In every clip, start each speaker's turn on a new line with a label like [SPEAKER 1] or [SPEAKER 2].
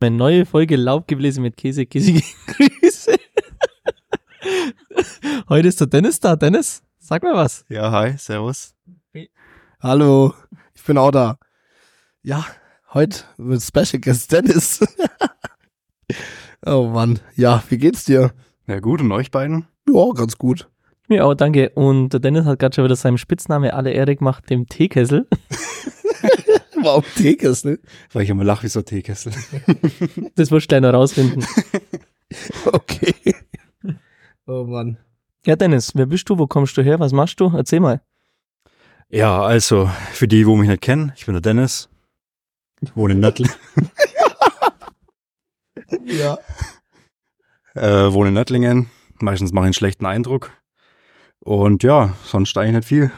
[SPEAKER 1] Meine neue Folge Laubgebläse mit Käse, käsige Grüße. Heute ist der Dennis da. Dennis, sag mal was.
[SPEAKER 2] Ja, hi, servus.
[SPEAKER 3] Hallo, ich bin auch da. Ja, heute mit Special Guest Dennis. oh Mann, ja, wie geht's dir?
[SPEAKER 2] Ja gut, und euch beiden?
[SPEAKER 3] Ja, ganz gut.
[SPEAKER 1] Mir auch, danke. Und der Dennis hat gerade schon wieder seinem Spitzname alle Ehre gemacht, dem Teekessel.
[SPEAKER 3] Warum Tekes, ne?
[SPEAKER 2] Weil ich immer lache wie so ein Teekessel.
[SPEAKER 1] Das wirst du gleich noch rausfinden.
[SPEAKER 3] Okay. Oh Mann.
[SPEAKER 1] Ja, Dennis, wer bist du? Wo kommst du her? Was machst du? Erzähl mal.
[SPEAKER 2] Ja, also, für die, wo mich nicht kennen, ich bin der Dennis. Ich wohne in Nöttling.
[SPEAKER 3] Ja.
[SPEAKER 2] äh, wohne in Nöttlingen. Meistens mache ich einen schlechten Eindruck. Und ja, sonst eigentlich nicht viel.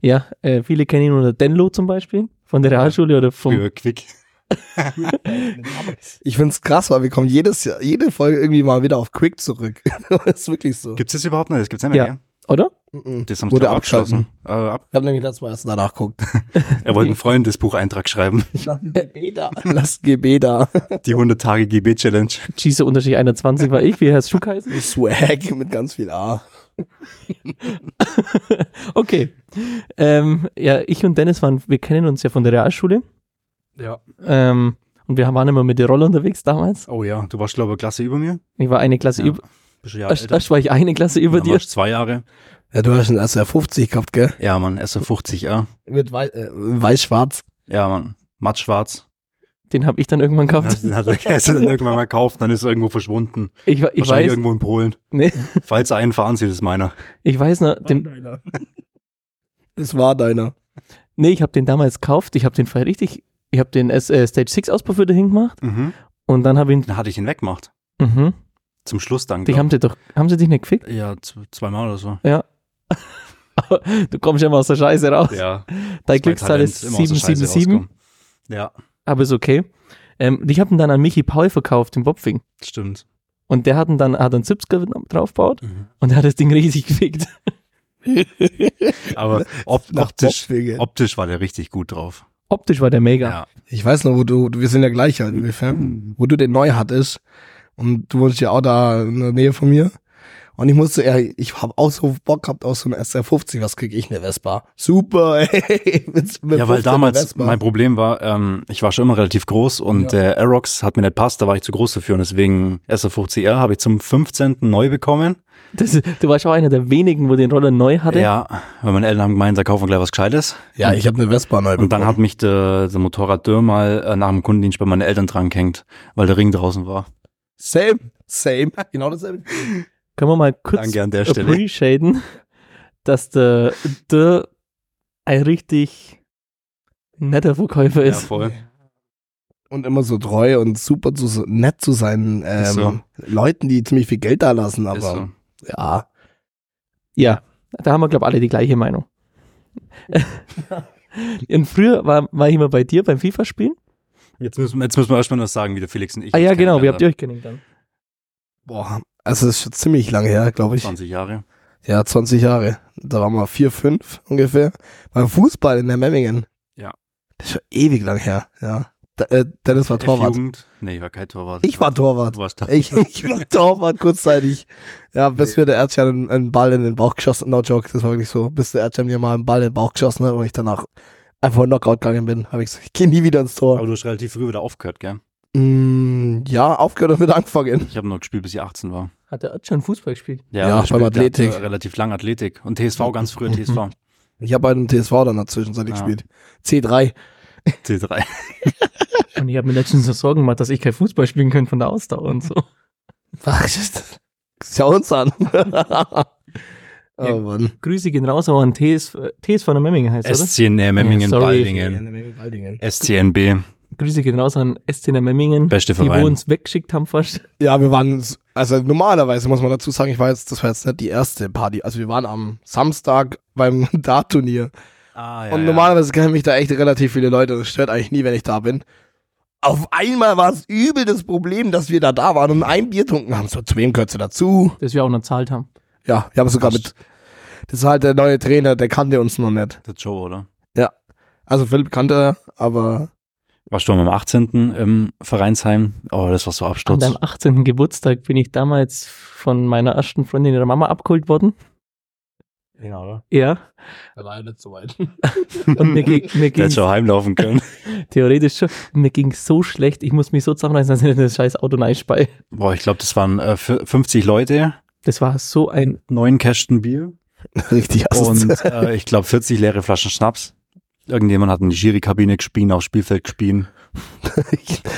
[SPEAKER 1] Ja, äh, viele kennen ihn unter Denlo zum Beispiel, von der Realschule oder vom.
[SPEAKER 2] Für Quick.
[SPEAKER 3] Ich find's krass, weil wir kommen jedes Jahr, jede Folge irgendwie mal wieder auf Quick zurück. das ist wirklich so.
[SPEAKER 2] Gibt's das überhaupt nicht? Das gibt's nicht mehr,
[SPEAKER 1] Ja.
[SPEAKER 2] gell?
[SPEAKER 1] Oder?
[SPEAKER 3] Mhm.
[SPEAKER 2] Das haben sie
[SPEAKER 3] Wurde
[SPEAKER 2] doch abgeschlossen. Äh, ab.
[SPEAKER 3] Ich habe nämlich das mal erst danach geguckt.
[SPEAKER 2] Er wollte einen Freundesbucheintrag schreiben.
[SPEAKER 3] Ich lasse ein GB da. Lass ein GB da.
[SPEAKER 2] Die 100 Tage GB Challenge.
[SPEAKER 1] Cheese Unterschied 21 war ich, wie heißt Schuh heißt?
[SPEAKER 3] Swag mit ganz viel A.
[SPEAKER 1] Okay. Ähm, ja, ich und Dennis waren, wir kennen uns ja von der Realschule.
[SPEAKER 2] Ja.
[SPEAKER 1] Ähm, und wir waren immer mit der Rolle unterwegs damals.
[SPEAKER 2] Oh ja, du warst glaube ich eine Klasse über mir.
[SPEAKER 1] Ich war eine Klasse
[SPEAKER 2] Ja,
[SPEAKER 1] über.
[SPEAKER 2] Bist du ja
[SPEAKER 1] Erst, erst war ich eine Klasse über dir.
[SPEAKER 2] zwei Jahre.
[SPEAKER 3] Ja, du hast schon erst 50 gehabt, gell?
[SPEAKER 2] Ja, Mann, SR50, ja.
[SPEAKER 3] Mit Wei äh, weiß-schwarz.
[SPEAKER 2] Ja, Mann. Matt Schwarz.
[SPEAKER 1] Den habe ich dann irgendwann gekauft.
[SPEAKER 2] Den hat er gestern also, dann irgendwann mal gekauft, dann ist er irgendwo verschwunden.
[SPEAKER 1] Ich, wa- ich
[SPEAKER 2] Wahrscheinlich
[SPEAKER 1] weiß.
[SPEAKER 2] irgendwo in Polen.
[SPEAKER 1] Nee,
[SPEAKER 2] Falls er einen veranzieht, ist meiner.
[SPEAKER 1] ich weiß noch, den,
[SPEAKER 3] Das war deiner.
[SPEAKER 1] nee, ich habe den damals gekauft. Ich habe den vorher richtig. Ich habe den S, äh, Stage 6 Auspuff wieder hingemacht.
[SPEAKER 2] Mhm.
[SPEAKER 1] Und dann habe ich ihn.
[SPEAKER 2] Dann hatte ich ihn weggemacht.
[SPEAKER 1] Mhm.
[SPEAKER 2] Zum Schluss dann.
[SPEAKER 1] Die
[SPEAKER 2] glaub
[SPEAKER 1] haben sie doch. Haben sie dich nicht gefickt?
[SPEAKER 2] ich. ja, z- zweimal oder so.
[SPEAKER 1] Du kommst ja mal aus der Scheiße raus.
[SPEAKER 2] Ja.
[SPEAKER 1] Dein Glückszahl ist 777.
[SPEAKER 2] Ja,
[SPEAKER 1] Aber ist okay. Ähm, ich habe ihn dann an Michi Paul verkauft, den Bobfing.
[SPEAKER 2] stimmt.
[SPEAKER 1] Und der hat ihn dann, hat einen 70er draufgebaut
[SPEAKER 2] Mhm.
[SPEAKER 1] und der hat das Ding richtig gefickt.
[SPEAKER 2] Aber op
[SPEAKER 3] Nach
[SPEAKER 2] optisch,
[SPEAKER 3] Bobwege.
[SPEAKER 2] optisch war der richtig gut drauf.
[SPEAKER 1] Optisch war der mega.
[SPEAKER 2] Ja.
[SPEAKER 3] Ich weiß noch, wo du, wir sind ja gleich
[SPEAKER 2] Hm.
[SPEAKER 3] halt ungefähr, wo du den neu hattest. Und du wohnst ja auch da in der Nähe von mir. Und ich musste, ja, ich habe auch so Bock gehabt auf so einen SR50, was kriege ich eine Vespa? Super, ey. Mit, mit
[SPEAKER 2] Ja, weil
[SPEAKER 3] 15er
[SPEAKER 2] damals
[SPEAKER 3] Vespa.
[SPEAKER 2] mein Problem war, ähm, ich war schon immer relativ groß und der Aerox hat mir nicht passt, da war ich zu groß dafür und deswegen SR50R habe ich zum 15. neu bekommen.
[SPEAKER 1] Das, ist- du warst auch einer der wenigen, wo den Roller neu hatte.
[SPEAKER 2] Ja, weil meine Eltern haben gemeint, da kaufen wir gleich was Gescheites.
[SPEAKER 3] ja, ich habe eine Vespa neu
[SPEAKER 2] Und dann
[SPEAKER 3] bekommen.
[SPEAKER 2] hat mich der, der Motorraddeur mal äh, nach dem Kundendienst bei meinen Eltern dran gehängt, weil der Ring draußen war.
[SPEAKER 3] Same, same, genau dasselbe.
[SPEAKER 1] Können wir mal kurz
[SPEAKER 2] Danke an der Stelle.
[SPEAKER 1] appreciaten, dass der, der ein richtig netter Verkäufer
[SPEAKER 2] Ja,
[SPEAKER 1] ist.
[SPEAKER 2] voll.
[SPEAKER 3] Und immer so treu und super zu, so nett zu seinen ähm,
[SPEAKER 2] Ist so.
[SPEAKER 3] Leuten, die ziemlich viel Geld da lassen, aber
[SPEAKER 2] Ist so.
[SPEAKER 3] ja.
[SPEAKER 1] Ja, da haben wir, glaube ich, alle die gleiche Meinung. Und früher war, war ich immer bei dir beim FIFA-Spielen.
[SPEAKER 2] Jetzt müssen, jetzt müssen wir erstmal was sagen, wie der Felix und ich.
[SPEAKER 1] Ah ja,
[SPEAKER 2] uns
[SPEAKER 1] genau, wie habt ihr
[SPEAKER 2] kennengelernt
[SPEAKER 1] euch kennengelernt?
[SPEAKER 3] Boah, also das ist schon ziemlich lange her, glaube
[SPEAKER 2] haben.
[SPEAKER 3] ich.
[SPEAKER 2] 20 Jahre.
[SPEAKER 3] Ja, 20 Jahre. Da waren wir vier, fünf ungefähr. Beim Fußball in der Memmingen.
[SPEAKER 2] Ja.
[SPEAKER 3] Das ist schon ewig lang her, ja. Da, äh, Dennis war Torwart.
[SPEAKER 2] F-Jugend. Nee, ich war kein Torwart.
[SPEAKER 3] Ich war Torwart.
[SPEAKER 2] Du warst Torwart.
[SPEAKER 3] Ich, ich war Torwart kurzzeitig. Ja, bis mir der Erdschan einen, einen Ball in den Bauch geschossen No joke, das war wirklich so. Bis der Erdschan mir mal einen Ball in den Bauch geschossen hat und ich danach einfach Knockout gegangen bin, habe ich gesagt, ich gehe nie wieder ins
[SPEAKER 2] Aber
[SPEAKER 3] Tor.
[SPEAKER 2] du hast relativ früh wieder aufgehört, gell?
[SPEAKER 3] Mm, ja, aufgehört und wieder angefangen.
[SPEAKER 2] Ich habe nur gespielt, bis ich 18 war.
[SPEAKER 1] Hat der Erd schon Fußball gespielt?
[SPEAKER 3] Ja,
[SPEAKER 2] der
[SPEAKER 3] beim
[SPEAKER 2] spielt- der
[SPEAKER 3] Athletik.
[SPEAKER 2] hat Relativ lang Athletik. Und TSV, ganz früher TSV.
[SPEAKER 3] Ich habe bei einem TSV dann dazwischen
[SPEAKER 2] Ja.
[SPEAKER 3] gespielt. C3.
[SPEAKER 2] C3.
[SPEAKER 1] Und ich habe mir letztens so Sorgen gemacht, dass ich kein Fußball spielen könnte von der Ausdauer und so.
[SPEAKER 3] Was? Schau uns an. oh Mann.
[SPEAKER 1] Grüße gehen raus, aber ein TS, TS äh, von der Memmingen heißt, oder?
[SPEAKER 2] SC in äh, Memmingen,
[SPEAKER 1] sorry.
[SPEAKER 2] Baldingen. SCNB.
[SPEAKER 1] Grüße gehen raus an SC in der Memmingen,
[SPEAKER 2] Beste
[SPEAKER 1] die wo
[SPEAKER 2] Verein.
[SPEAKER 1] uns weggeschickt haben fast.
[SPEAKER 3] Ja, wir waren, s- also normalerweise muss man dazu sagen, ich war jetzt, das war jetzt nicht die erste Party. Also wir waren am Samstag beim Dart-Turnier.
[SPEAKER 2] Ah,
[SPEAKER 3] und normalerweise kennen mich da echt relativ viele Leute und es stört eigentlich nie, wenn ich da bin. Auf einmal war es übel das Problem, dass wir da da waren und ein Bier getrunken haben. So, zu wem gehört sie dazu?
[SPEAKER 1] Dass wir auch noch gezahlt haben.
[SPEAKER 3] Ja, wir haben sogar mit, das war halt der neue Trainer, der kannte uns noch nicht.
[SPEAKER 2] Der Joe, oder?
[SPEAKER 3] Also Philipp kannte er, aber
[SPEAKER 2] warst du am 18. im ähm, Vereinsheim. Oh, das war so
[SPEAKER 1] An
[SPEAKER 2] Absturz.
[SPEAKER 1] deinem 18. Geburtstag bin ich damals von meiner ersten Freundin ihrer Mama abgeholt worden.
[SPEAKER 3] Genau, oder?
[SPEAKER 1] Ja.
[SPEAKER 3] Da war ja nicht so weit.
[SPEAKER 1] Und mir, ging- mir
[SPEAKER 2] Der
[SPEAKER 1] ging
[SPEAKER 2] hätte schon heimlaufen können.
[SPEAKER 1] theoretisch schon, mir ging so schlecht, ich muss mich so zusammenreißen, dass ich in das scheiß Auto reinspei.
[SPEAKER 2] Boah, ich glaube, das waren äh, fü- 50 Leute,
[SPEAKER 1] Das war so ein,
[SPEAKER 2] neun Kästen Bier
[SPEAKER 3] Richtig also
[SPEAKER 2] und
[SPEAKER 3] assoziiert.
[SPEAKER 2] äh, ich glaube 40 leere Flaschen Schnaps. Irgendjemand hat in die Schiri-Kabine gespielt, aufs Spielfeld gespielt.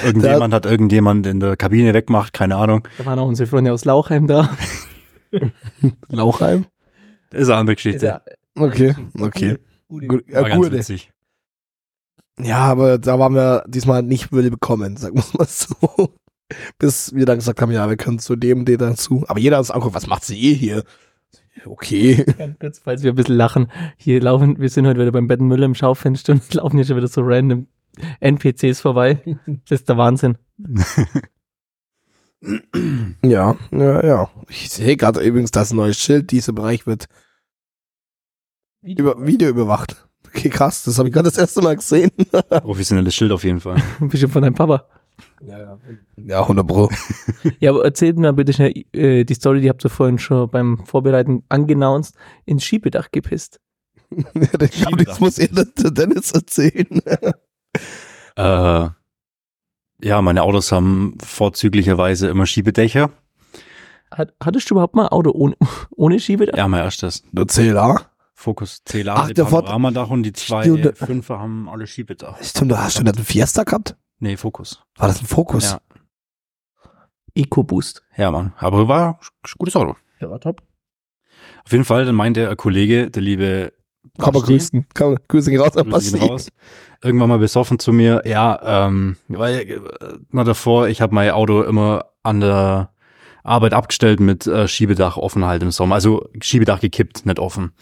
[SPEAKER 2] Irgendjemand hat irgendjemand in der Kabine weggemacht, keine Ahnung.
[SPEAKER 1] da waren auch unsere Freunde aus Lauchheim da.
[SPEAKER 3] Lauchheim?
[SPEAKER 2] Ist eine andere Geschichte.
[SPEAKER 1] Ja,
[SPEAKER 3] Okay, okay. Gut,
[SPEAKER 2] War
[SPEAKER 3] ja,
[SPEAKER 2] ganz
[SPEAKER 3] gut.
[SPEAKER 2] witzig.
[SPEAKER 3] ja, aber da waren wir diesmal nicht willkommen, sagen wir mal so. Bis wir dann gesagt haben, ja, wir können zu dem, dem dazu. Aber jeder hat uns angeguckt, was macht sie eh hier? Okay.
[SPEAKER 1] Ganz kurz, falls wir ein bisschen lachen. Hier laufen, wir sind heute wieder beim Bettenmüller im Schaufenster und laufen hier schon wieder so random NPCs vorbei. Das ist der Wahnsinn.
[SPEAKER 3] Ja, ja, ja. Ich sehe gerade übrigens das neue Schild. Dieser Bereich wird über Video überwacht. Okay, krass. Das habe ich gerade das erste Mal gesehen.
[SPEAKER 2] Professionelles Schild auf jeden Fall.
[SPEAKER 1] Bestimmt von deinem Papa.
[SPEAKER 3] Ja, ja. Ja, 100 Pro.
[SPEAKER 1] Ja, aber erzählt mir bitte schnell äh, die Story, die habt ihr vorhin schon beim Vorbereiten angenounced, ins Schiebedach gepisst.
[SPEAKER 3] ich glaube, das muss ihr der Dennis erzählen.
[SPEAKER 2] Äh, ja, meine Autos haben vorzüglicherweise immer Schiebedächer.
[SPEAKER 1] Hat, hattest du überhaupt mal ein Auto ohne, ohne Schiebedach?
[SPEAKER 2] Ja, mein erstes.
[SPEAKER 3] Erzähl, ah. ja.
[SPEAKER 2] Fokus
[SPEAKER 3] Ach,
[SPEAKER 2] CLA, die
[SPEAKER 3] der Ford-
[SPEAKER 2] Panoramadach und die zwei
[SPEAKER 3] Stimmt.
[SPEAKER 2] Fünfer haben alle Schiebedach.
[SPEAKER 3] Stimmt, hast du nicht einen Fiesta gehabt?
[SPEAKER 2] Nee, Fokus.
[SPEAKER 3] War das ein Fokus?
[SPEAKER 2] Ja.
[SPEAKER 1] EcoBoost.
[SPEAKER 2] Ja, Mann. Aber war sch- gutes Auto.
[SPEAKER 3] Ja, war top.
[SPEAKER 2] Auf jeden Fall, dann meinte der Kollege, der liebe
[SPEAKER 3] Kann man
[SPEAKER 2] Basti,
[SPEAKER 3] grüßen. Kann man grüßen gehen raus an
[SPEAKER 2] Grüße
[SPEAKER 3] Basti.
[SPEAKER 2] gehen raus, irgendwann mal besoffen zu mir, ja, ähm, weil äh, mal davor, ich habe mein Auto immer an der Arbeit abgestellt mit äh, Schiebedach offen halt im Sommer. Also Schiebedach gekippt, nicht offen.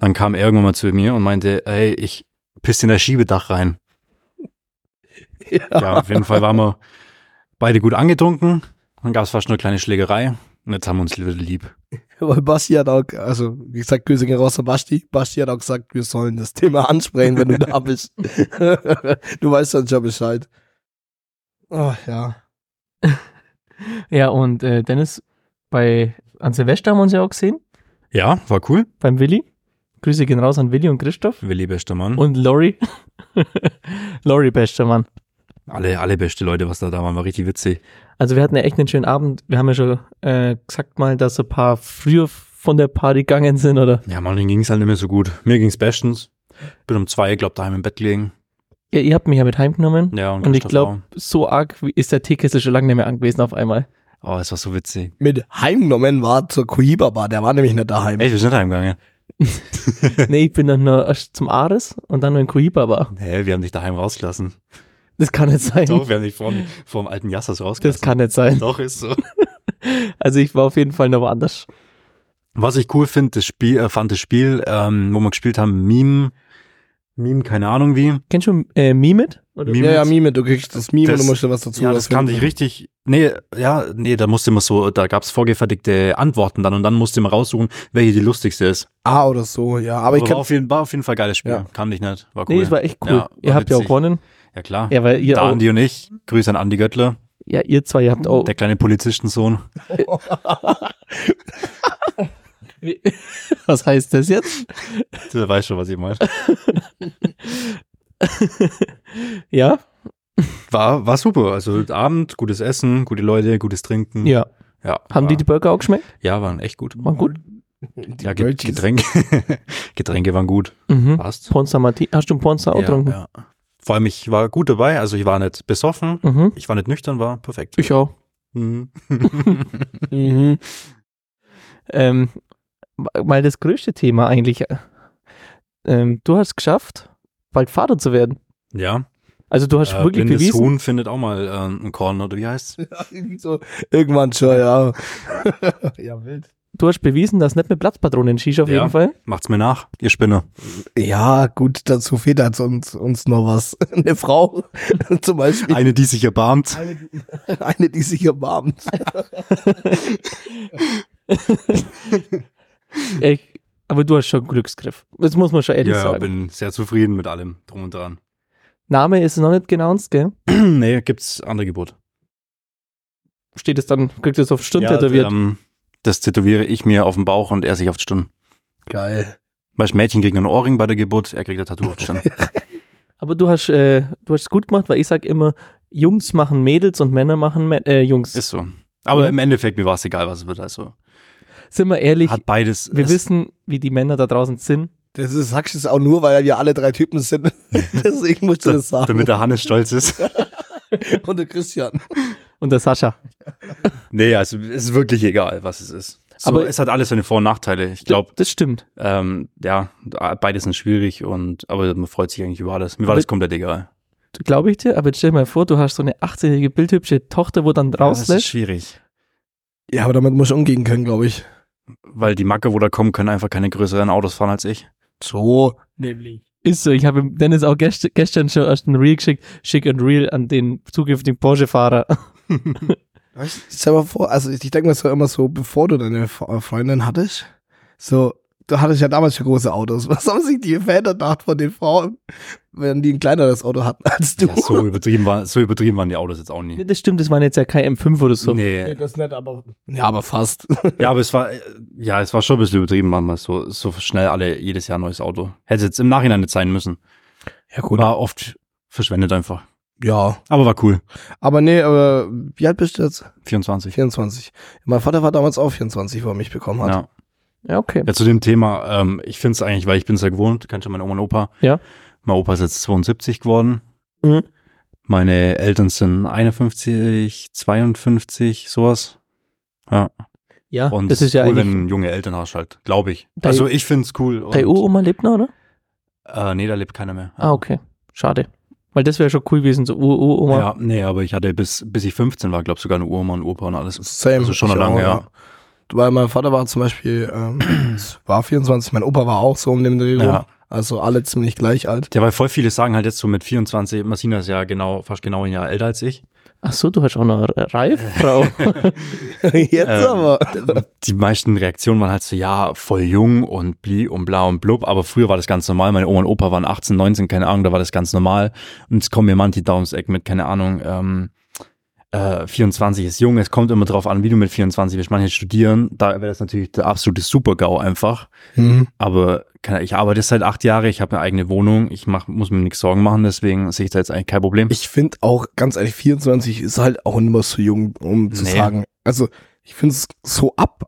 [SPEAKER 2] Dann kam er irgendwann mal zu mir und meinte, ey, ich piss in das Schiebedach rein. Ja, auf jeden Fall waren wir beide gut angetrunken. Dann gab es fast nur eine kleine Schlägerei. Und jetzt haben wir uns wieder lieb.
[SPEAKER 3] Weil Basti hat auch, also wie gesagt, Grüße gehen raus an Basti. Basti hat auch gesagt, wir sollen das Thema ansprechen, wenn du da bist. du weißt dann schon Bescheid. Ach ja.
[SPEAKER 1] Ja, und äh, Dennis, bei, an Silvester haben wir uns ja auch gesehen,
[SPEAKER 2] Ja, war cool.
[SPEAKER 1] beim Willi. Grüße gehen raus an Willi und Christoph.
[SPEAKER 3] Mhm.
[SPEAKER 2] Willi, bester Mann.
[SPEAKER 1] Und Lori. Lori, bester Mann.
[SPEAKER 2] alle, alle beste Leute, was da da waren, war richtig witzig.
[SPEAKER 1] Also wir hatten ja echt einen schönen Abend. Wir haben ja schon äh, gesagt mal, dass ein paar früher von der Party gegangen sind, oder?
[SPEAKER 2] Ja, Mann, denen ging's halt nicht mehr so gut. Mir ging's bestens. Bin um zwei, glaub, daheim im Bett gelegen.
[SPEAKER 1] Ja, ihr habt mich ja mit heimgenommen.
[SPEAKER 2] Ja, und,
[SPEAKER 1] und ich
[SPEAKER 2] Christoph
[SPEAKER 1] glaube, so arg wie- ist der Teekessel schon lange nicht mehr angewiesen auf einmal.
[SPEAKER 2] auch. Oh, es war so witzig.
[SPEAKER 3] Mit heimgenommen war zur Cohiba Bar, der war nämlich nicht daheim.
[SPEAKER 2] Echt, wir sind heimgegangen.
[SPEAKER 1] nee, ich bin dann nur erst zum Ares und dann nur in Cohiba war.
[SPEAKER 2] Hä, wir haben dich daheim rausgelassen.
[SPEAKER 1] Das kann nicht sein.
[SPEAKER 2] Doch, wir haben dich vor, vor dem alten Jassas
[SPEAKER 1] Das
[SPEAKER 2] rausgelassen.
[SPEAKER 1] kann nicht sein.
[SPEAKER 2] Doch, ist so.
[SPEAKER 1] Also ich war auf jeden Fall noch woanders.
[SPEAKER 2] Was ich cool finde, das Spiel, äh, fand das Spiel, ähm, wo wir gespielt haben, Meme, Meme, keine Ahnung wie.
[SPEAKER 1] Kennst du äh, Mimit? Oder?
[SPEAKER 2] Mimit.
[SPEAKER 3] Ja, ja, Mime, du kriegst das Mime
[SPEAKER 2] Das-
[SPEAKER 3] und du musst dir was dazu
[SPEAKER 2] Ja, das kam
[SPEAKER 3] ausfinden.
[SPEAKER 2] dich richtig. Nee, ja, nee, da musste man so, da gab's vorgefertigte Antworten dann und dann musste man raussuchen, welche die lustigste ist.
[SPEAKER 3] Ah, oder so, ja. Aber ich
[SPEAKER 2] war,
[SPEAKER 3] kann,
[SPEAKER 2] auf jeden, war auf jeden Fall geiles Spiel.
[SPEAKER 3] Ja.
[SPEAKER 2] Kam dich nicht. War cool.
[SPEAKER 1] Nee, es war echt cool.
[SPEAKER 2] Ja,
[SPEAKER 1] ihr
[SPEAKER 2] war
[SPEAKER 1] habt ja auch
[SPEAKER 2] witzig.
[SPEAKER 1] gewonnen.
[SPEAKER 2] ja, klar.
[SPEAKER 1] Ja, weil ihr
[SPEAKER 2] Der
[SPEAKER 1] auch, Oh.
[SPEAKER 2] Andi und ich, Grüße an Andi Göttler,
[SPEAKER 1] ja, ihr zwei, ihr habt auch.
[SPEAKER 2] der kleine Polizistensohn.
[SPEAKER 1] Was heißt das jetzt?
[SPEAKER 2] Der weiß schon, was ich meine.
[SPEAKER 1] Ja?
[SPEAKER 2] War, war super. Also Abend, gutes Essen, gute Leute, gutes Trinken.
[SPEAKER 1] Ja.
[SPEAKER 2] Hm. ja
[SPEAKER 1] Haben
[SPEAKER 2] war,
[SPEAKER 1] die die Burger auch geschmeckt?
[SPEAKER 2] Ja, waren echt gut.
[SPEAKER 1] Waren gut?
[SPEAKER 2] Ja, Get Getränke. Getränke waren gut.
[SPEAKER 1] Mhm.
[SPEAKER 2] Passt.
[SPEAKER 1] Ponza Martin. Hast du einen Ponza auch
[SPEAKER 2] ja,
[SPEAKER 1] getrunken?
[SPEAKER 2] ja. Vor allem, ich war gut dabei. Also ich war nicht besoffen.
[SPEAKER 1] Mhm.
[SPEAKER 2] Ich war nicht nüchtern, war perfekt.
[SPEAKER 1] Ich auch.
[SPEAKER 2] Mhm.
[SPEAKER 3] Mhm.
[SPEAKER 1] Ähm, mal das größte Thema eigentlich. Ähm, du hast geschafft, bald Vater zu werden.
[SPEAKER 2] Ja.
[SPEAKER 1] Also du hast
[SPEAKER 2] Äh,
[SPEAKER 1] wirklich
[SPEAKER 2] blindes
[SPEAKER 1] bewiesen.
[SPEAKER 2] Huhn findet auch mal äh, ein Korn, oder wie heißt's?
[SPEAKER 3] Irgendwie so, irgendwann schon, ja. ja, wild.
[SPEAKER 1] Du hast bewiesen, dass nicht mit Platzpatronen schießt auf
[SPEAKER 2] Ja.
[SPEAKER 1] jeden Fall.
[SPEAKER 2] Macht's mir nach, ihr Spinner.
[SPEAKER 3] Ja, gut, dazu fehlt als uns, uns noch was. Eine Frau zum Beispiel.
[SPEAKER 2] Eine, die sich erbarmt.
[SPEAKER 3] Eine, eine die sich erbarmt.
[SPEAKER 1] Ich, aber du hast schon einen Glücksgriff. Das muss man schon ehrlich
[SPEAKER 2] Ja,
[SPEAKER 1] sagen.
[SPEAKER 2] bin sehr zufrieden mit allem drum und dran.
[SPEAKER 1] Name ist noch nicht genannt, gell?
[SPEAKER 2] nee, gibt's andere Geburt.
[SPEAKER 1] Steht es dann, kriegt es auf Stirn
[SPEAKER 2] Ja,
[SPEAKER 1] tätowiert.
[SPEAKER 2] ähm, das tätowiere ich mir auf den Bauch und er sich auf die Stirn.
[SPEAKER 3] Geil.
[SPEAKER 2] Weil das Mädchen kriegt einen Ohrring bei der Geburt, er kriegt ein Tattoo auf die Stirn.
[SPEAKER 1] Aber du hast äh, du hast es gut gemacht, weil ich sag immer, Jungs machen Mädels und Männer machen Mä äh, Jungs.
[SPEAKER 2] Ist so. Aber
[SPEAKER 1] Ja.
[SPEAKER 2] im Endeffekt, mir war es egal, was es wird. Also
[SPEAKER 1] Sind wir ehrlich,
[SPEAKER 2] hat beides.
[SPEAKER 1] wir
[SPEAKER 2] es,
[SPEAKER 1] wissen, wie die Männer da draußen sind.
[SPEAKER 3] Das ist, sagst du es auch nur, weil wir alle drei Typen sind. Deswegen musst du das sagen.
[SPEAKER 2] Damit der Hannes stolz ist.
[SPEAKER 3] Und der Christian.
[SPEAKER 1] Und der Sascha.
[SPEAKER 2] nee, also es ist wirklich egal, was es ist. So,
[SPEAKER 1] Aber-
[SPEAKER 2] Aber es hat alles seine Vor- und Nachteile. Ich glaube,
[SPEAKER 1] Das stimmt.
[SPEAKER 2] ähm, ja, beides sind schwierig und aber man freut sich eigentlich über alles. Mir war das
[SPEAKER 1] Aber-
[SPEAKER 2] komplett egal.
[SPEAKER 1] Glaube ich dir, aber jetzt stell dir mal vor, du hast so eine 18-jährige bildhübsche Tochter, wo dann
[SPEAKER 2] das ist
[SPEAKER 1] rauslässt.
[SPEAKER 2] schwierig.
[SPEAKER 3] Ja, aber damit muss ich umgehen können, glaube ich.
[SPEAKER 2] Weil die Macke, wo da kommen, können einfach keine größeren Autos fahren als ich.
[SPEAKER 3] So.
[SPEAKER 1] Ist so, ich habe dem Dennis auch gest gestern schon erst ein Reel geschickt, schick ein Reel an den zukünftigen Porsche-Fahrer.
[SPEAKER 3] Stell dir mal vor, also ich, ich denke mir so immer so, bevor du deine F- äh, Freundin hattest, so, du hattest ja damals schon große Autos. Was haben sich die Väter gedacht von den Frauen, wenn die ein kleineres Auto hatten als du?
[SPEAKER 2] Ja, so, übertrieben war, so übertrieben waren die Autos jetzt auch nie.
[SPEAKER 1] Das stimmt, das waren jetzt ja kein M5 oder so.
[SPEAKER 2] Nee.
[SPEAKER 3] das nicht, aber. Ja, aber fast.
[SPEAKER 2] Ja, aber es war, äh, ja, es war schon ein bisschen übertrieben, manchmal so, so schnell alle jedes Jahr ein neues Auto. Hätte jetzt im Nachhinein nicht sein müssen.
[SPEAKER 3] Ja, gut.
[SPEAKER 2] War oft verschwendet einfach.
[SPEAKER 3] Ja.
[SPEAKER 2] Aber war cool.
[SPEAKER 3] Aber nee, aber wie alt bist du jetzt?
[SPEAKER 2] 24.
[SPEAKER 3] 24. Mein Vater war damals auch 24, wo er mich bekommen hat.
[SPEAKER 2] Ja.
[SPEAKER 1] Ja, okay.
[SPEAKER 2] ja, zu dem Thema, ähm, ich finde es eigentlich, weil ich bin es ja gewohnt, kannst du meine Oma und Opa.
[SPEAKER 1] Ja.
[SPEAKER 2] Mein Opa ist jetzt 72 geworden.
[SPEAKER 1] Mhm.
[SPEAKER 2] Meine Eltern sind 51, 52, sowas.
[SPEAKER 1] Ja,
[SPEAKER 2] Und
[SPEAKER 1] Ah, das ist ja
[SPEAKER 2] cool,
[SPEAKER 1] eigentlich.
[SPEAKER 2] wenn du junge Eltern hast halt, glaube ich.
[SPEAKER 1] Dei-
[SPEAKER 2] also ich finde es cool. und-
[SPEAKER 1] Deine Uroma lebt noch, oder?
[SPEAKER 2] Äh, nee, da lebt keiner mehr.
[SPEAKER 1] um? Ah, okay. Schade. Weil das wäre schon cool gewesen, so Uroma.
[SPEAKER 2] Ja, nee, aber ich hatte bis, bis ich 15 war, glaube ich, sogar eine Uroma und Opa und alles.
[SPEAKER 3] Same.
[SPEAKER 2] Also schon
[SPEAKER 3] Ich
[SPEAKER 2] lange,
[SPEAKER 3] auch,
[SPEAKER 2] ja.
[SPEAKER 3] Weil mein Vater war zum Beispiel, ähm, es war 24, mein Opa war auch so um den Dreh rum.
[SPEAKER 2] Ja.
[SPEAKER 3] Also alle ziemlich gleich alt.
[SPEAKER 2] Ja, weil voll viele sagen halt jetzt so mit 24, Massina ist ja genau, fast genau ein Jahr älter als ich.
[SPEAKER 1] Ach so, du hast auch noch eine
[SPEAKER 2] Äh,
[SPEAKER 1] Reiffrau.
[SPEAKER 3] Jetzt
[SPEAKER 2] Ähm,
[SPEAKER 3] aber.
[SPEAKER 2] Die meisten Reaktionen waren halt so, ja, voll jung und bli und bla und blub, aber früher war das ganz normal. Meine Oma und Opa waren 18, 19, keine Ahnung, da war das ganz normal. Und es kommen mir manche da ums Eck mit, keine Ahnung, ähm, äh, 24 ist jung, es kommt immer drauf an, wie du mit 24 bist. Manche studieren, da wäre das natürlich der absolute Super-GAU einfach.
[SPEAKER 3] Mhm. Ich finde auch, ganz ehrlich, 24 ist halt auch nicht mehr so jung, um zu
[SPEAKER 2] Nee.
[SPEAKER 3] sagen. Also ich finde es so ab,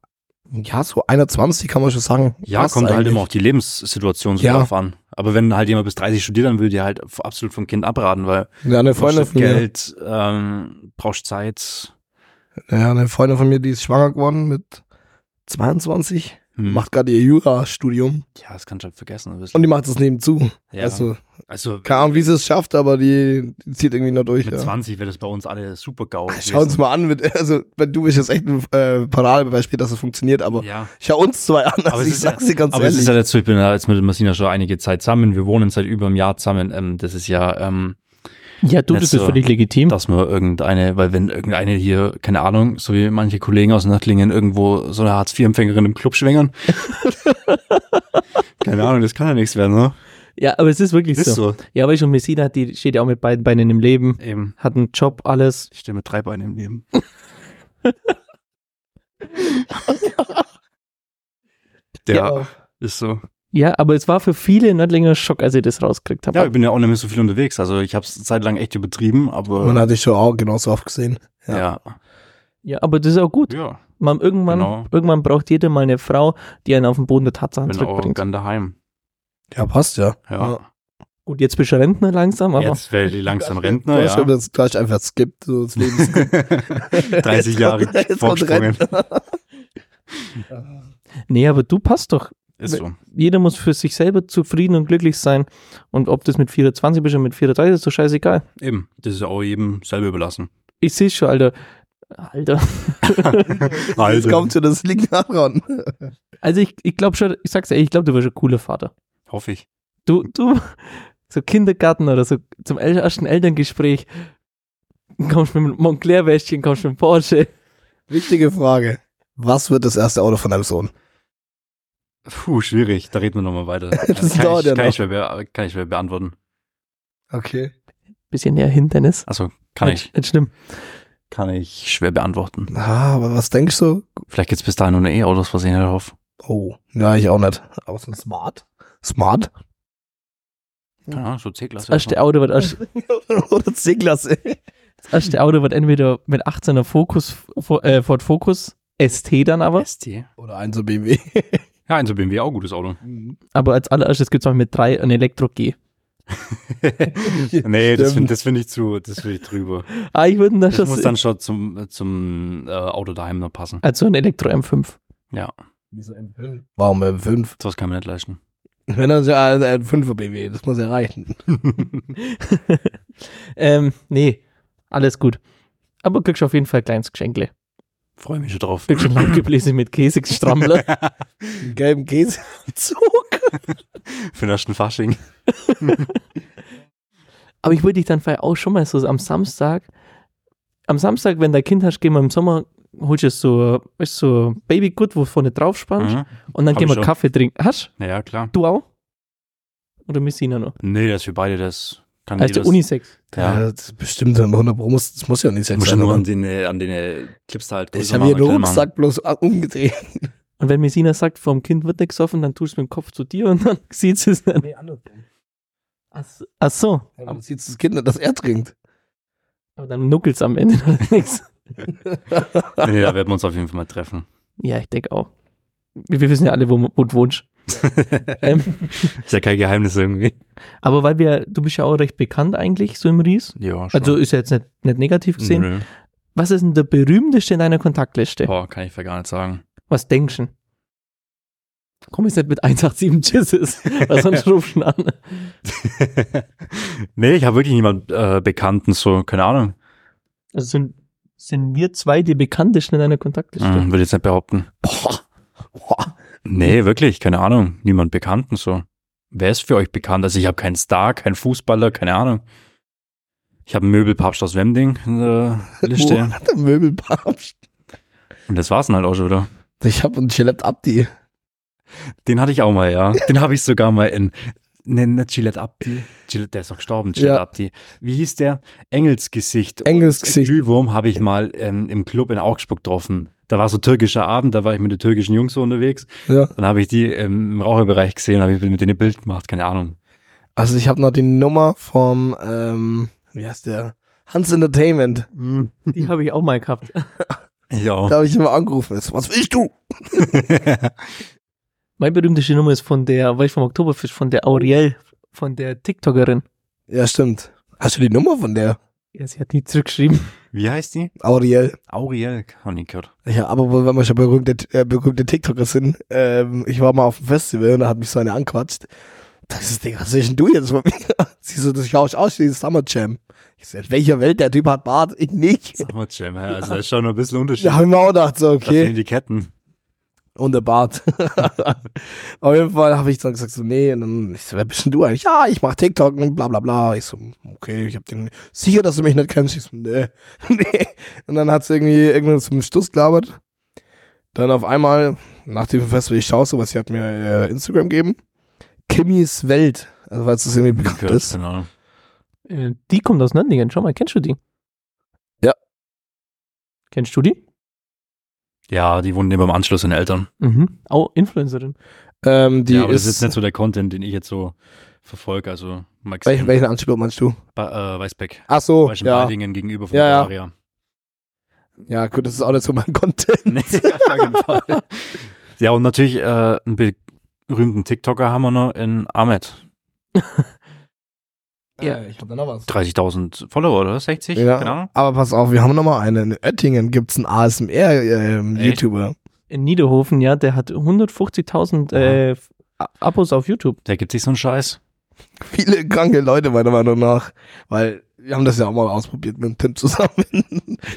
[SPEAKER 3] ja, so 21 kann man schon sagen.
[SPEAKER 2] ja,
[SPEAKER 3] Passt
[SPEAKER 2] kommt halt
[SPEAKER 3] eigentlich.
[SPEAKER 2] immer auf die Lebenssituation so
[SPEAKER 3] Ja.
[SPEAKER 2] drauf an. Aber wenn halt jemand bis 30 studiert, dann würde dir halt f- absolut vom Kind abraten, weil
[SPEAKER 3] Ja, eine
[SPEAKER 2] du brauchst
[SPEAKER 3] Freundin
[SPEAKER 2] halt
[SPEAKER 3] von mir.
[SPEAKER 2] Geld, ähm, brauchst Zeit.
[SPEAKER 3] Ja, eine Freundin von mir, die ist schwanger geworden mit 22,
[SPEAKER 2] Hm.
[SPEAKER 3] macht gerade ihr Jurastudium
[SPEAKER 2] ja, das kannst du halt vergessen. Ein
[SPEAKER 3] und
[SPEAKER 2] bisschen.
[SPEAKER 3] die macht das nebenzu.
[SPEAKER 2] ja.
[SPEAKER 3] Also
[SPEAKER 2] also
[SPEAKER 3] Keine Ahnung, wie sie es schafft, aber die, die zieht irgendwie noch durch.
[SPEAKER 2] mit
[SPEAKER 3] Ja. Ah,
[SPEAKER 2] 20 wäre das bei uns alle super GAU.
[SPEAKER 3] Schau uns mal an, mit, also wenn du bist jetzt echt ein äh, Paradebeispiel, dass es funktioniert, aber
[SPEAKER 2] Ja.
[SPEAKER 3] schau uns zwei an, also
[SPEAKER 2] Aber es
[SPEAKER 3] ich
[SPEAKER 2] ist ja-
[SPEAKER 3] sag's dir ganz
[SPEAKER 2] Aber es
[SPEAKER 3] ehrlich.
[SPEAKER 2] ist ja jetzt so, ich bin ja jetzt mit Massina schon einige Zeit zusammen. Wir wohnen seit über einem Jahr zusammen. Ähm, das ist ja, ähm,
[SPEAKER 1] ja, du,
[SPEAKER 2] Nicht
[SPEAKER 1] das ist
[SPEAKER 2] so.
[SPEAKER 1] völlig legitim.
[SPEAKER 2] dass man irgendeine, weil wenn irgendeine hier, keine Ahnung, so wie manche Kollegen aus Nördlingen irgendwo so eine Hartz-IV-Empfängerin im Club schwängern. keine Ahnung, das kann ja nichts werden, ne?
[SPEAKER 1] Ja, aber es ist wirklich so.
[SPEAKER 2] so.
[SPEAKER 1] Ja, weil schon Messina, die steht ja auch mit beiden Beinen im Leben,
[SPEAKER 2] Eben.
[SPEAKER 1] hat einen Job, alles.
[SPEAKER 2] Ich stehe mit drei Beinen im Leben. Der
[SPEAKER 3] Ja.
[SPEAKER 2] ist so.
[SPEAKER 1] Ja, aber es war für viele Nördlinger Schock, als ich das rausgekriegt habe.
[SPEAKER 2] Ja, ich bin ja auch nicht mehr so viel unterwegs. Also ich habe es zeitlang echt übertrieben,
[SPEAKER 3] Man
[SPEAKER 2] aber
[SPEAKER 3] hat dich schon auch genauso oft gesehen. ja.
[SPEAKER 2] ja.
[SPEAKER 1] Ja, aber das ist auch gut.
[SPEAKER 2] Ja,
[SPEAKER 1] Man, irgendwann,
[SPEAKER 2] Genau.
[SPEAKER 1] irgendwann braucht jeder mal eine Frau, die einen auf den Boden der Tatsachen
[SPEAKER 2] bin auch
[SPEAKER 1] zurückbringt.
[SPEAKER 2] gern daheim.
[SPEAKER 3] Ja, passt ja.
[SPEAKER 2] Ja.
[SPEAKER 1] Gut, jetzt bist du Rentner langsam, aber
[SPEAKER 2] Jetzt werde ich langsam
[SPEAKER 3] Du
[SPEAKER 2] Rentner,
[SPEAKER 3] hast,
[SPEAKER 2] ja.
[SPEAKER 3] das, du hast einfach skippt, so das Leben.
[SPEAKER 2] 30
[SPEAKER 3] Jetzt
[SPEAKER 2] Jahre
[SPEAKER 3] kommt- jetzt kommt
[SPEAKER 2] vorgesprungen.
[SPEAKER 1] nee, aber du passt doch.
[SPEAKER 2] Ist so.
[SPEAKER 1] Jeder muss für sich selber zufrieden und glücklich sein. Und ob das mit 24 bist oder mit 34, ist doch scheißegal.
[SPEAKER 2] Eben, das ist ja auch jedem selber überlassen.
[SPEAKER 1] Ich sehe schon, Alter. Alter.
[SPEAKER 2] Also,
[SPEAKER 3] Jetzt kommt schon das Link daran.
[SPEAKER 1] Also ich, ich glaube schon, ich sag's ehrlich, ich glaube, du wirst ein cooler Vater.
[SPEAKER 2] Hoffe ich.
[SPEAKER 1] Du, du, so Kindergarten oder so zum el- ersten Elterngespräch, kommst mit einem Montclair-Wäschchen, kommst mit einem Porsche.
[SPEAKER 3] Wichtige Frage. Was wird das erste Auto von deinem Sohn?
[SPEAKER 2] Puh, schwierig. Da reden wir nochmal weiter. Also,
[SPEAKER 3] Das
[SPEAKER 2] kann,
[SPEAKER 3] dauert
[SPEAKER 2] ich,
[SPEAKER 3] ja
[SPEAKER 2] kann,
[SPEAKER 3] noch.
[SPEAKER 2] ich schwer, bea- kann ich schwer beantworten.
[SPEAKER 3] Okay.
[SPEAKER 1] bisschen näher hin, Dennis.
[SPEAKER 2] Also kann
[SPEAKER 1] nicht,
[SPEAKER 2] ich,
[SPEAKER 1] Nicht schlimm.
[SPEAKER 2] kann ich schwer beantworten.
[SPEAKER 3] Ah, aber was denkst du?
[SPEAKER 2] Vielleicht geht's bis dahin ohne E-Autos, was ich nicht hoffe.
[SPEAKER 3] Oh, ja, ich auch nicht. Aber so ein Smart? Smart?
[SPEAKER 2] Keine Ahnung, so C-Klasse.
[SPEAKER 1] Das erste Auto wird erst
[SPEAKER 3] Oder C-Klasse?
[SPEAKER 1] Das erste Auto wird entweder mit 18er Focus, Fo- äh, Ford Focus, ST dann aber.
[SPEAKER 2] ST.
[SPEAKER 3] Oder ein so BMW.
[SPEAKER 2] Ja, ein so BMW auch ein gutes Auto.
[SPEAKER 1] Aber als allererstes gibt es mit 3 ein Elektro-G.
[SPEAKER 2] nee, das
[SPEAKER 3] Stimmt.
[SPEAKER 2] finde find ich zu, das finde ich drüber.
[SPEAKER 1] Ah, ich würde das,
[SPEAKER 2] Das muss
[SPEAKER 1] das
[SPEAKER 2] dann schon zum, zum äh, Auto daheim noch passen.
[SPEAKER 1] Also ein Elektro M5.
[SPEAKER 3] Wieso M5? Warum M5?
[SPEAKER 2] Das kann man nicht leisten.
[SPEAKER 3] Wenn das ja ein ein 5er BMW, das muss ja reichen.
[SPEAKER 1] ähm, nee, alles gut. Aber kriegst du auf jeden Fall ein kleines Geschenkle.
[SPEAKER 2] Freue mich schon drauf.
[SPEAKER 1] Kriegst du ein Landgebläse mit Käsestrammler.
[SPEAKER 3] Einen gelben Käseanzug.
[SPEAKER 2] Für den ersten Fasching.
[SPEAKER 1] Aber ich würde dich dann vielleicht auch schon mal so am Samstag, am Samstag, wenn dein Kind hast, gehen wir im Sommer, holst du so, weißt, du, so Babygut, wo vorne drauf spannst
[SPEAKER 2] Mhm.
[SPEAKER 1] und dann
[SPEAKER 2] Hab
[SPEAKER 1] gehen
[SPEAKER 2] ich
[SPEAKER 1] wir
[SPEAKER 2] schon.
[SPEAKER 1] Kaffee trinken. Hast
[SPEAKER 2] Ja, klar.
[SPEAKER 1] du auch? Oder Messina noch?
[SPEAKER 2] Nee, dass wir beide das. Kann
[SPEAKER 1] Also
[SPEAKER 2] jedes-
[SPEAKER 1] Unisex.
[SPEAKER 2] Ja.
[SPEAKER 3] Ja. Das ist bestimmt 100 Pro, muss, das muss ja nicht sein.
[SPEAKER 2] Muss ja
[SPEAKER 3] sein,
[SPEAKER 2] nur
[SPEAKER 3] aber
[SPEAKER 2] an den, äh, an den äh, Clips da halt
[SPEAKER 3] Ich
[SPEAKER 2] größer
[SPEAKER 3] habe hier
[SPEAKER 2] machen,
[SPEAKER 3] den
[SPEAKER 2] kleiner machen.
[SPEAKER 3] Rucksack bloß umgedreht.
[SPEAKER 1] Und wenn Messina sagt, vom Kind wird nichts offen, dann tust du mit dem Kopf zu dir und dann sieht sie es dann.
[SPEAKER 3] Nee, andersrum.
[SPEAKER 1] Ach so.
[SPEAKER 3] Aber das sieht das Kind nicht, dass er trinkt.
[SPEAKER 1] Aber dann nuckelt es am Ende noch nichts.
[SPEAKER 2] Nee, da werden wir uns auf jeden Fall mal treffen.
[SPEAKER 1] Ja, ich denke auch. Wir, wir wissen ja alle, wo, wo du wohnst. ähm,
[SPEAKER 2] Ist ja kein Geheimnis irgendwie.
[SPEAKER 1] aber weil wir, du bist ja auch recht bekannt eigentlich, so im Ries.
[SPEAKER 2] Ja,
[SPEAKER 1] Also ist ja jetzt nicht, nicht negativ gesehen.
[SPEAKER 2] Nö.
[SPEAKER 1] Was ist denn der berühmteste in deiner Kontaktliste?
[SPEAKER 2] Boah, kann ich ja gar nicht sagen.
[SPEAKER 1] Was denkst du? Komm jetzt nicht mit 187 Jizzes, weil sonst rufst du ihn an.
[SPEAKER 2] nee, ich habe wirklich niemanden äh, Bekannten, so, keine Ahnung.
[SPEAKER 1] Also sind, sind wir zwei die bekanntesten in deiner Kontaktliste?
[SPEAKER 2] Mhm, Würde jetzt nicht behaupten.
[SPEAKER 3] Boah. Boah.
[SPEAKER 2] Nee, wirklich, keine Ahnung. Niemand Bekannten, so. Wer ist für euch bekannt? Also ich habe keinen Star, keinen Fußballer, keine Ahnung. Ich habe einen Möbelpapst aus Wemding in der Liste.
[SPEAKER 3] Boah, der Möbelpapst.
[SPEAKER 2] Und das war's dann halt auch schon wieder.
[SPEAKER 3] Ich habe einen Gillette Abdi.
[SPEAKER 2] Den hatte ich auch mal, ja. Den habe ich sogar mal in. Ne, ne, Gillette Abdi. Gillette, der ist doch gestorben, Gillette
[SPEAKER 3] Ja.
[SPEAKER 2] Abdi. Wie hieß der? Engelsgesicht. Äh,
[SPEAKER 3] Engelsgesicht.
[SPEAKER 2] Glühwurm habe ich mal ähm, im Club in Augsburg getroffen. Da war so türkischer Abend, da war ich mit den türkischen Jungs so unterwegs.
[SPEAKER 3] Ja.
[SPEAKER 2] Dann habe ich die ähm, im Raucherbereich gesehen, habe ich mit denen ein Bild gemacht, keine Ahnung.
[SPEAKER 3] Also ich habe noch die Nummer vom, ähm, wie heißt der? Hans Entertainment.
[SPEAKER 1] Die habe ich auch mal gehabt.
[SPEAKER 2] Ich auch.
[SPEAKER 3] Da habe ich immer angerufen. Jetzt, Was willst du?
[SPEAKER 1] Meine berühmteste Nummer ist von der, weil ich vom Oktoberfisch, von der Auriel, von der TikTokerin.
[SPEAKER 3] Ja, stimmt. Hast du die Nummer von der?
[SPEAKER 1] Ja, sie hat nie zurückgeschrieben.
[SPEAKER 2] Wie heißt die?
[SPEAKER 3] Auriel.
[SPEAKER 2] Auriel, habe ich gehört.
[SPEAKER 3] Ja, aber wo- wenn wir schon berühmte, äh, berühmte TikToker sind, ähm, ich war mal auf dem Festival und da hat mich so eine anquatscht. Das ist, Digga, was willst denn du jetzt von mir? Sie so, das schaust aus wie dieses Summer Jam. Ich so, in welcher Welt? Der Typ hat Bart, ich nicht.
[SPEAKER 2] Sag mal, Jam, ja, also da ist schon noch ein bisschen Unterschied.
[SPEAKER 3] Da hab ich mir auch gedacht, so,
[SPEAKER 2] Das sind
[SPEAKER 3] okay.
[SPEAKER 2] die Ketten.
[SPEAKER 3] Und der Bart. auf jeden Fall habe ich dann gesagt, so, nee, und dann, ich so, wer bist denn du eigentlich? Ja, ich mach TikTok und bla bla bla. Ich so, okay, ich hab den, sicher, dass du mich nicht kennst. Ich so, nee. nee. Und dann hat sie irgendwie irgendwann zum Stuss gelabert. Dann auf einmal, nach dem Festival, ich schaue so, was sie hat mir äh, Instagram gegeben. Kimmys Welt. Also, falls das irgendwie bekannt
[SPEAKER 2] Gehört,
[SPEAKER 3] ist.
[SPEAKER 2] keine Ahnung.
[SPEAKER 1] Äh, Die kommt aus Nördlingen, schau mal, kennst du die?
[SPEAKER 3] Ja.
[SPEAKER 1] Kennst du die?
[SPEAKER 2] Ja, die wohnen immer im Anschluss in Eltern.
[SPEAKER 1] Mhm. Auch Influencerin.
[SPEAKER 3] Ähm, die
[SPEAKER 2] ja, aber
[SPEAKER 3] ist,
[SPEAKER 2] das ist nicht so der Content, den ich jetzt so verfolge. Also Max
[SPEAKER 3] welchen, welchen Anspruch meinst du?
[SPEAKER 2] ba äh, Weißbeck.
[SPEAKER 3] Ach so, Oh, ja.
[SPEAKER 2] Weißenbadingen gegenüber von
[SPEAKER 3] Ja, ja.
[SPEAKER 2] Bavaria.
[SPEAKER 3] Ja, gut, das ist auch nicht so mein Content.
[SPEAKER 2] Nee, auf gar keinen Fall. ja, und natürlich äh, einen berühmten TikToker haben wir noch in Ahmed.
[SPEAKER 1] Ja.
[SPEAKER 3] Äh, ich hab da noch was.
[SPEAKER 2] 30.000 Follower, oder? Genau. 60?
[SPEAKER 3] Ja,
[SPEAKER 2] Keine Ahnung.
[SPEAKER 3] aber pass auf, wir haben noch mal einen. In Oettingen gibt's einen ähm,
[SPEAKER 2] Echt?
[SPEAKER 3] ASMR-YouTuber.
[SPEAKER 1] In Niederhofen, ja, der hat 150.000 äh, A- Abos auf YouTube.
[SPEAKER 2] Der gibt sich so einen Scheiß.
[SPEAKER 3] Viele kranke Leute, meiner Meinung nach. Weil wir haben das ja auch mal ausprobiert mit dem Tim zusammen.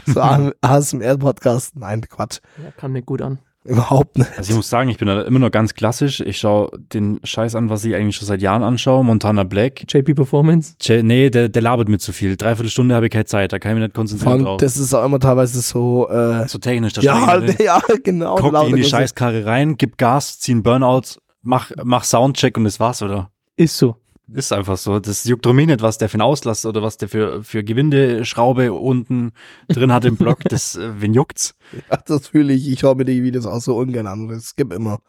[SPEAKER 3] so ASMR-Podcast. Nein, Quatsch.
[SPEAKER 1] Ja, kam mir gut an.
[SPEAKER 3] Überhaupt nicht.
[SPEAKER 2] Also ich muss sagen, ich bin da immer noch ganz klassisch. Ich schaue den Scheiß an, was ich eigentlich schon seit Jahren anschaue. Montana Black.
[SPEAKER 1] JP Performance.
[SPEAKER 2] Che- Nee, der, der labert mir zu viel. Dreiviertel Stunde habe ich keine Zeit, da kann ich mich nicht
[SPEAKER 3] Vor
[SPEAKER 2] konzentrieren
[SPEAKER 3] allem,
[SPEAKER 2] drauf.
[SPEAKER 3] das ist auch immer teilweise so, äh,
[SPEAKER 2] so technisch, da
[SPEAKER 3] ja,
[SPEAKER 2] steige ich nicht hin.
[SPEAKER 3] ja, genau.
[SPEAKER 2] Guck
[SPEAKER 3] laut
[SPEAKER 2] in die
[SPEAKER 3] und so.
[SPEAKER 2] Scheißkarre rein, gib Gas, zieh einen Burnout, mach, mach Soundcheck und das war's, oder?
[SPEAKER 1] Ist so.
[SPEAKER 2] Ist einfach so. Das juckt doch mich nicht, was der für einen Auslass oder was der für, für Gewindeschraube unten drin hat im Block. Das, äh, wen juckt's?
[SPEAKER 3] Ach, das fühle ich. Ich schaue mir die Videos auch so ungern an. Es gibt immer.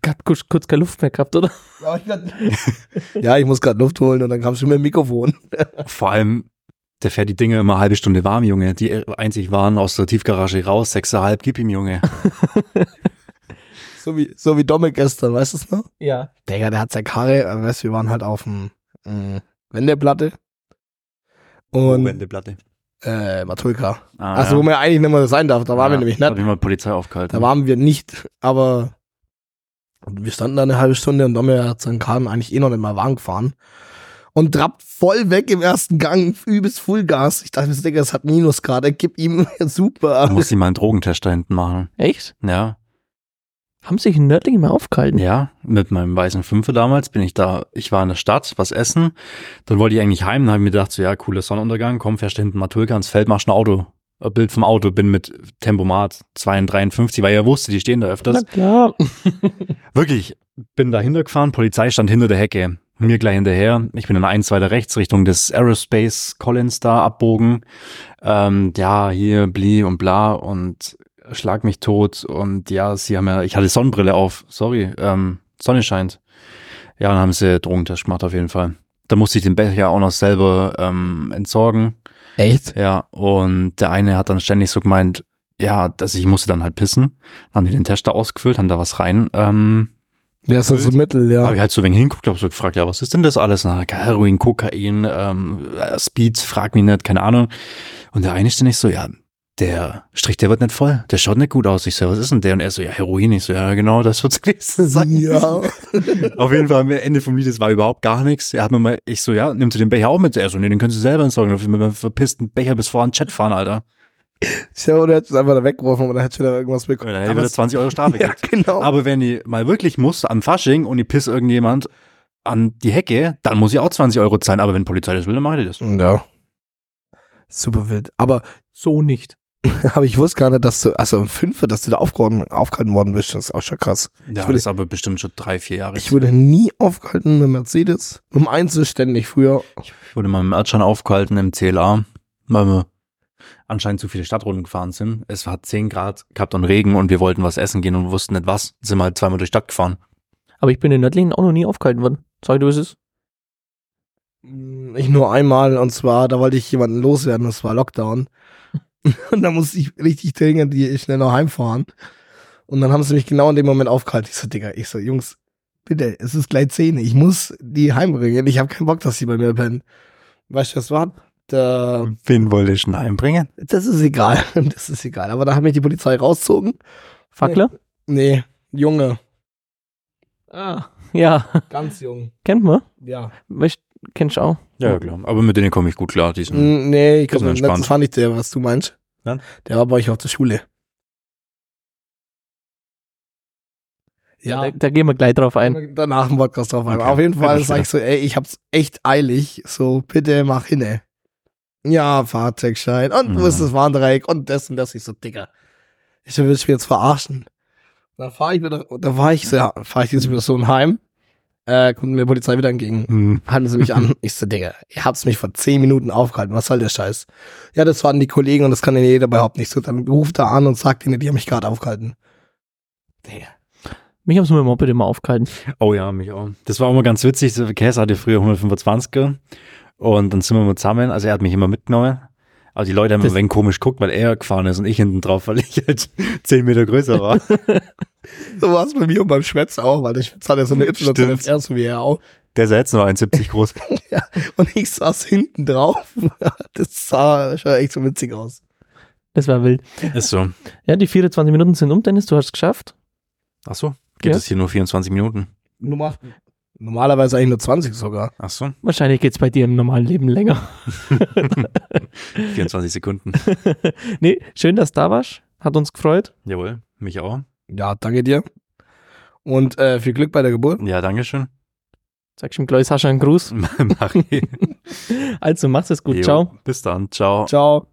[SPEAKER 1] Gott, kurz, kurz keine Luft mehr gehabt, oder?
[SPEAKER 3] Ja, ich muss gerade Luft holen und dann kam schon mit dem Mikrofon.
[SPEAKER 2] Vor allem, der fährt die Dinge immer eine halbe Stunde warm, Junge. Die äh, einzig waren aus der Tiefgarage raus, sechseinhalb, gib ihm, Junge.
[SPEAKER 3] So wie, so wie Domme gestern, weißt du es noch?
[SPEAKER 1] Ja.
[SPEAKER 3] Digga, der hat seine Karre, äh, weißt, du, wir waren halt auf dem äh, Wendeplatte und
[SPEAKER 2] Wendeplatte.
[SPEAKER 3] äh, Matulka.
[SPEAKER 2] Ah,
[SPEAKER 3] Also wo man ja eigentlich nicht mehr sein darf, da waren wir nämlich
[SPEAKER 2] Da
[SPEAKER 3] nicht.
[SPEAKER 2] hab ich mal die Polizei aufgehalten.
[SPEAKER 3] Da waren wir nicht, aber wir standen da eine halbe Stunde und Domme hat seinen Kahn eigentlich eh noch nicht mal warm gefahren. Und trappt voll weg im ersten Gang, übelst Fullgas. Ich dachte mir, so, Digga, es hat Minusgrade, gib ihm
[SPEAKER 2] da
[SPEAKER 3] super.
[SPEAKER 2] muss ich mal einen Drogentest da hinten machen.
[SPEAKER 1] Echt?
[SPEAKER 2] Ja.
[SPEAKER 1] Haben sich in Nördlingen mal aufgehalten?
[SPEAKER 2] Ja, mit meinem weißen Fünfer damals bin ich da, ich war in der Stadt, was essen. Dann wollte ich eigentlich heim, dann habe ich mir gedacht, so ja, cooler Sonnenuntergang, komm, fährst du hinten Matulka ans Feld, machst ein Auto, ein Bild vom Auto, bin mit Tempomat 52, weil ich ja wusste, die stehen da öfters.
[SPEAKER 1] Na klar.
[SPEAKER 2] Wirklich, bin dahinter gefahren, Polizei stand hinter der Hecke. Mir gleich hinterher. Ich bin dann eins weiter rechts Richtung des Aerospace Collins da abbogen. Ähm, ja, hier, bli und bla und schlag mich tot. Und ja, sie haben ja, ich hatte Sonnenbrille auf. Sorry, ähm, Sonne scheint. Ja, dann haben sie Drogentest gemacht auf jeden Fall. Da musste ich den Becher auch noch selber ähm, entsorgen.
[SPEAKER 3] Echt?
[SPEAKER 2] Ja, und der eine hat dann ständig so gemeint, ja, dass ich musste dann halt pissen. Dann haben die den Tester ausgefüllt, haben da was rein. Ähm,
[SPEAKER 3] Der ist das so mittel, ja.
[SPEAKER 2] Habe ich halt so wegen hinguckt, habe so gefragt, ja, was ist denn das alles? Na, Heroin, Kokain, ähm, äh, Speed, frag mich nicht, keine Ahnung. Und der eine ist dann nicht so, ja, der Strich, der wird nicht voll, der schaut nicht gut aus. Ich so, was ist denn der? Und er so, ja, Heroin. Ich so, ja, genau, das wird's gewesen sein.
[SPEAKER 3] Ja.
[SPEAKER 2] Auf jeden Fall am Ende vom Lied, es war überhaupt gar nichts. Er hat mir mal, ich so, ja, nimmst du den Becher auch mit? Er so, nee, den kannst du selber entsorgen. Ich hab mir einen verpissten Becher bis vor an den Chat fahren, Alter.
[SPEAKER 3] Ich glaube, der hat es einfach da weggeworfen und dann hat schon da irgendwas bekommen.
[SPEAKER 2] Dann hätte er 20 Euro Strafe
[SPEAKER 3] ja,
[SPEAKER 2] gekriegt.
[SPEAKER 3] genau.
[SPEAKER 2] Aber wenn ich mal wirklich muss am Fasching und ich piss irgendjemand an die Hecke, dann muss ich auch 20 Euro zahlen. Aber wenn die Polizei das will, dann mache ich das.
[SPEAKER 3] ja. Super wild. Aber,
[SPEAKER 1] So nicht.
[SPEAKER 3] aber ich wusste gar nicht, dass du, also im Fünfe, dass du da aufgehalten, aufgehalten worden bist, das ist auch schon krass.
[SPEAKER 2] Ja,
[SPEAKER 3] würde-
[SPEAKER 2] das ist aber bestimmt schon drei, vier Jahre.
[SPEAKER 3] Ich wurde nie aufgehalten mit Mercedes. Um eins ist ständig früher.
[SPEAKER 2] Ich wurde mal im Erdschein aufgehalten im CLA, weil wir anscheinend zu viele Stadtrunden gefahren sind. Es hat 10 Grad gehabt und Regen und wir wollten was essen gehen und wussten nicht was. Sind wir halt zweimal durch die Stadt gefahren.
[SPEAKER 1] Aber ich bin in Nördlingen auch noch nie aufgehalten worden. Sag du, ist es?
[SPEAKER 3] Mm, Ich nur einmal und zwar, da wollte ich jemanden loswerden, das war Lockdown. Und da musste ich richtig dringend die schnell noch heimfahren. Und dann haben sie mich genau in dem Moment aufgehalten. Ich so, Digga, ich so, Jungs, bitte, es ist gleich 10. Ich muss die heimbringen. Ich habe keinen Bock, dass sie bei mir pennen. Weißt du, was war? Da,
[SPEAKER 2] Wen wollte ich denn heimbringen?
[SPEAKER 3] das ist egal. Das ist egal. Aber da hat mich die Polizei rausgezogen.
[SPEAKER 1] Fackler?
[SPEAKER 3] Nee, Junge,
[SPEAKER 1] Ah. Ja,
[SPEAKER 3] ganz jung.
[SPEAKER 1] kennt man.
[SPEAKER 3] Ja.
[SPEAKER 1] Weißt, kennst du auch.
[SPEAKER 2] Ja, klar. Aber mit denen komme ich gut klar. Die sind
[SPEAKER 3] Mm, Nee, ich
[SPEAKER 2] Die sind
[SPEAKER 3] glaube,
[SPEAKER 2] entspannt.
[SPEAKER 3] das war nicht der, was du meinst.
[SPEAKER 2] Nein?
[SPEAKER 3] Der war bei euch auf der Schule.
[SPEAKER 1] Da, da gehen wir gleich drauf ein.
[SPEAKER 3] Danach ein Podcast drauf. ein.
[SPEAKER 2] Okay.
[SPEAKER 3] Auf jeden Fall
[SPEAKER 2] Viertelstunde.
[SPEAKER 3] sag ich so, ey, ich hab's echt eilig. So, bitte mach hinne. Ja, Fahrzeugschein. Und wo ist
[SPEAKER 2] Mhm.
[SPEAKER 3] das Warndreieck? Und das und das. Ich so, Digga. Ich will mich jetzt verarschen. Dann fahr ich wieder, da war ich so, ja, fahr ich diese Person heim. Äh, kommt mir die Polizei wieder entgegen.
[SPEAKER 2] Mhm.
[SPEAKER 3] Halten sie mich an. Ich so, Digga, ihr habt's mich vor zehn Minuten aufgehalten. Was soll der Scheiß? Ja, das waren die Kollegen und das kann denn jeder überhaupt nicht. So, dann ruft er an und sagt ihnen, die haben mich gerade aufgehalten. Digga.
[SPEAKER 1] Mich haben sie mit dem Moped immer aufgehalten.
[SPEAKER 2] Oh ja, mich auch. Das war immer ganz witzig. so, Käse hatte früher 125er und dann sind wir mal zusammen. Also er hat mich immer mitgenommen. Aber die Leute haben
[SPEAKER 1] Das-
[SPEAKER 2] immer ein wenig komisch geguckt, weil er gefahren ist und ich hinten drauf, weil ich halt 10 Meter größer war.
[SPEAKER 3] So war es bei mir und beim Schwätz auch, weil der Schwätz hatte so eine y
[SPEAKER 2] Stimmt.
[SPEAKER 3] so wie er auch.
[SPEAKER 2] Der ist ja jetzt nur 1,70 groß.
[SPEAKER 3] Und ich saß hinten drauf. Das sah schon echt so witzig aus.
[SPEAKER 1] Das war wild.
[SPEAKER 2] Ist so.
[SPEAKER 1] Ja, die 24 Minuten sind um, Dennis. Du hast es geschafft.
[SPEAKER 2] Ach so. Geht
[SPEAKER 1] Ja.
[SPEAKER 2] es hier nur 24 Minuten?
[SPEAKER 3] Nummer, normalerweise eigentlich nur 20 sogar.
[SPEAKER 2] Ach so.
[SPEAKER 1] Wahrscheinlich geht's bei dir im normalen Leben länger.
[SPEAKER 2] 24 Sekunden.
[SPEAKER 1] nee, schön, dass du da warst. Hat uns gefreut.
[SPEAKER 2] Jawohl. Mich auch.
[SPEAKER 3] Ja, danke dir. Und äh, viel Glück bei der Geburt.
[SPEAKER 2] Ja, Dankeschön.
[SPEAKER 1] Sagst ihm gleich Sascha einen Gruß.
[SPEAKER 2] Mach ich.
[SPEAKER 1] Also, mach's es gut.
[SPEAKER 2] Jo,
[SPEAKER 1] Ciao.
[SPEAKER 2] Bis dann. Ciao.
[SPEAKER 3] Ciao.